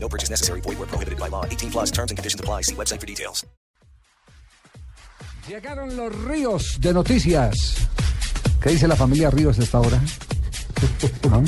No purchase necessary. Void where prohibited by law. 18 plus terms and conditions apply. See website for details. Llegaron los ríos de noticias. ¿Qué dice la familia Ríos a esta hora? ¿Ah?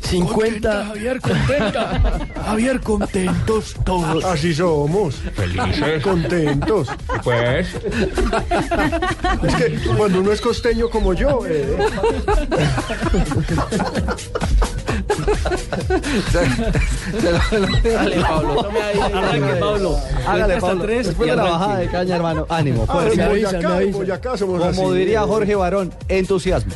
50. Javier, contenta. Javier, contentos todos. Así somos. Felices. Contentos. Pues, Es que cuando uno es costeño como yo, eh, Dale, Pablo. Tome ahí. Arranque, Pablo. Hágale, Pablo. Tres Después de la bajada de caña, hermano. Ánimo. ah, fuerza. en avisan, Boyacá, me en avisan. Boyacá somos así. Como diría Jorge Barón, entusiasmo.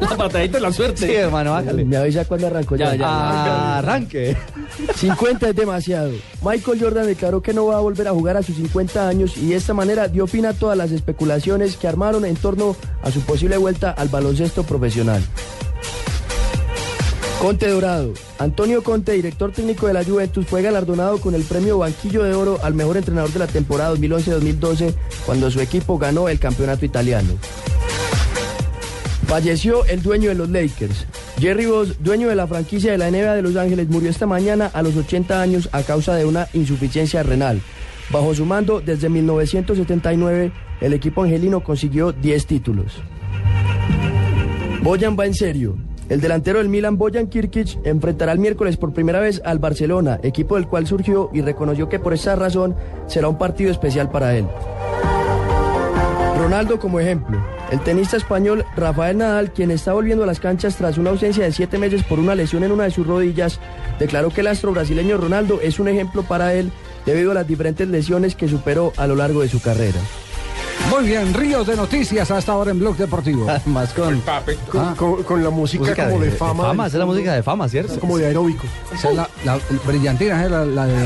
La patadita de la suerte. Sí, hermano, hágale. Me avisa cuando arrancó ya. Arranque. 50 es demasiado. Michael Jordan declaró que no va a volver a jugar a sus 50 años y de esta manera dio fin a todas las especulaciones que armaron en torno a su posible vuelta al baloncesto profesional. Conte Dorado. Antonio Conte, director técnico de la Juventus, fue galardonado con el premio Banquillo de Oro al mejor entrenador de la temporada 2011-2012 cuando su equipo ganó el campeonato italiano. Falleció el dueño de los Lakers. Jerry Boss, dueño de la franquicia de la NBA de Los Ángeles, murió esta mañana a los 80 años a causa de una insuficiencia renal. Bajo su mando, desde 1979, el equipo angelino consiguió 10 títulos. Boyan va en serio. El delantero del Milan, Boyan Kirkic, enfrentará el miércoles por primera vez al Barcelona, equipo del cual surgió y reconoció que por esa razón será un partido especial para él. Ronaldo como ejemplo. El tenista español Rafael Nadal, quien está volviendo a las canchas tras una ausencia de siete meses por una lesión en una de sus rodillas, declaró que el astro brasileño Ronaldo es un ejemplo para él debido a las diferentes lesiones que superó a lo largo de su carrera. Muy bien, ríos de noticias hasta ahora en Blog Deportivo. Más con. pape. Con, con- con la música, Música como de, fama. del Esa es la mundo, música de fama, ¿cierto? Como de aeróbico. Esa es la, la- el brillantina, ¿eh? la, la de.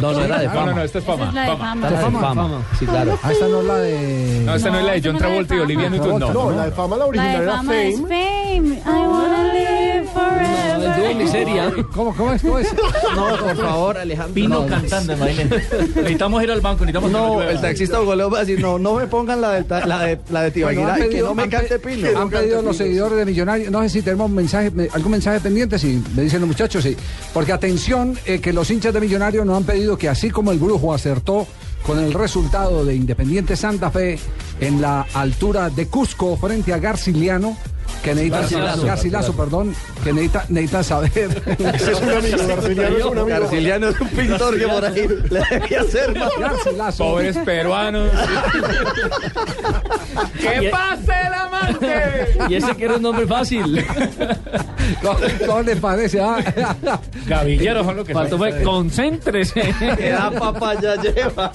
No, no era de No, no, no, fama. esta es fama. fama. Esta es la de fama. Sí, claro. Ah, esta no es la de. No, esta no es la de John Travolta y Olivia No, Newton, no. no. la de fama, la La original de era fama es Fame. Fame. I wanna live forever. miseria. ¿Cómo, cómo es? ¿Cómo es? No, por favor, Alejandro. no, Necesitamos ir al banco, necesitamos No, el taxista Goleo va a decir, no, no me pongan la de, ta- la de, la de Bueno, Tibaquirá, han que pedido- no me han encante pe- Pino. Han pedido los seguidores de Millonarios. No sé si tenemos mensaje, me- algún mensaje pendiente, si me dicen los muchachos, sí. Porque atención, eh, que los hinchas de Millonarios nos han pedido que así como el brujo acertó con el resultado de Independiente Santa Fe en la altura de Cusco frente a Garciliano, que necesita Garcilaso. Garcilaso, perdón, que necesita, necesita saber. Ese es un amigo, Garciliano es un amigo. Garciliano es un pintor que por ahí le debía hacer más. Garcilaso. Pobres peruanos. ¡Que pase el amante! Y ese que era un nombre fácil. ¿Cómo, cómo les parece? ah? Gavilleros son lo que son. Faltó fue, concéntrese. Que da papaya lleva.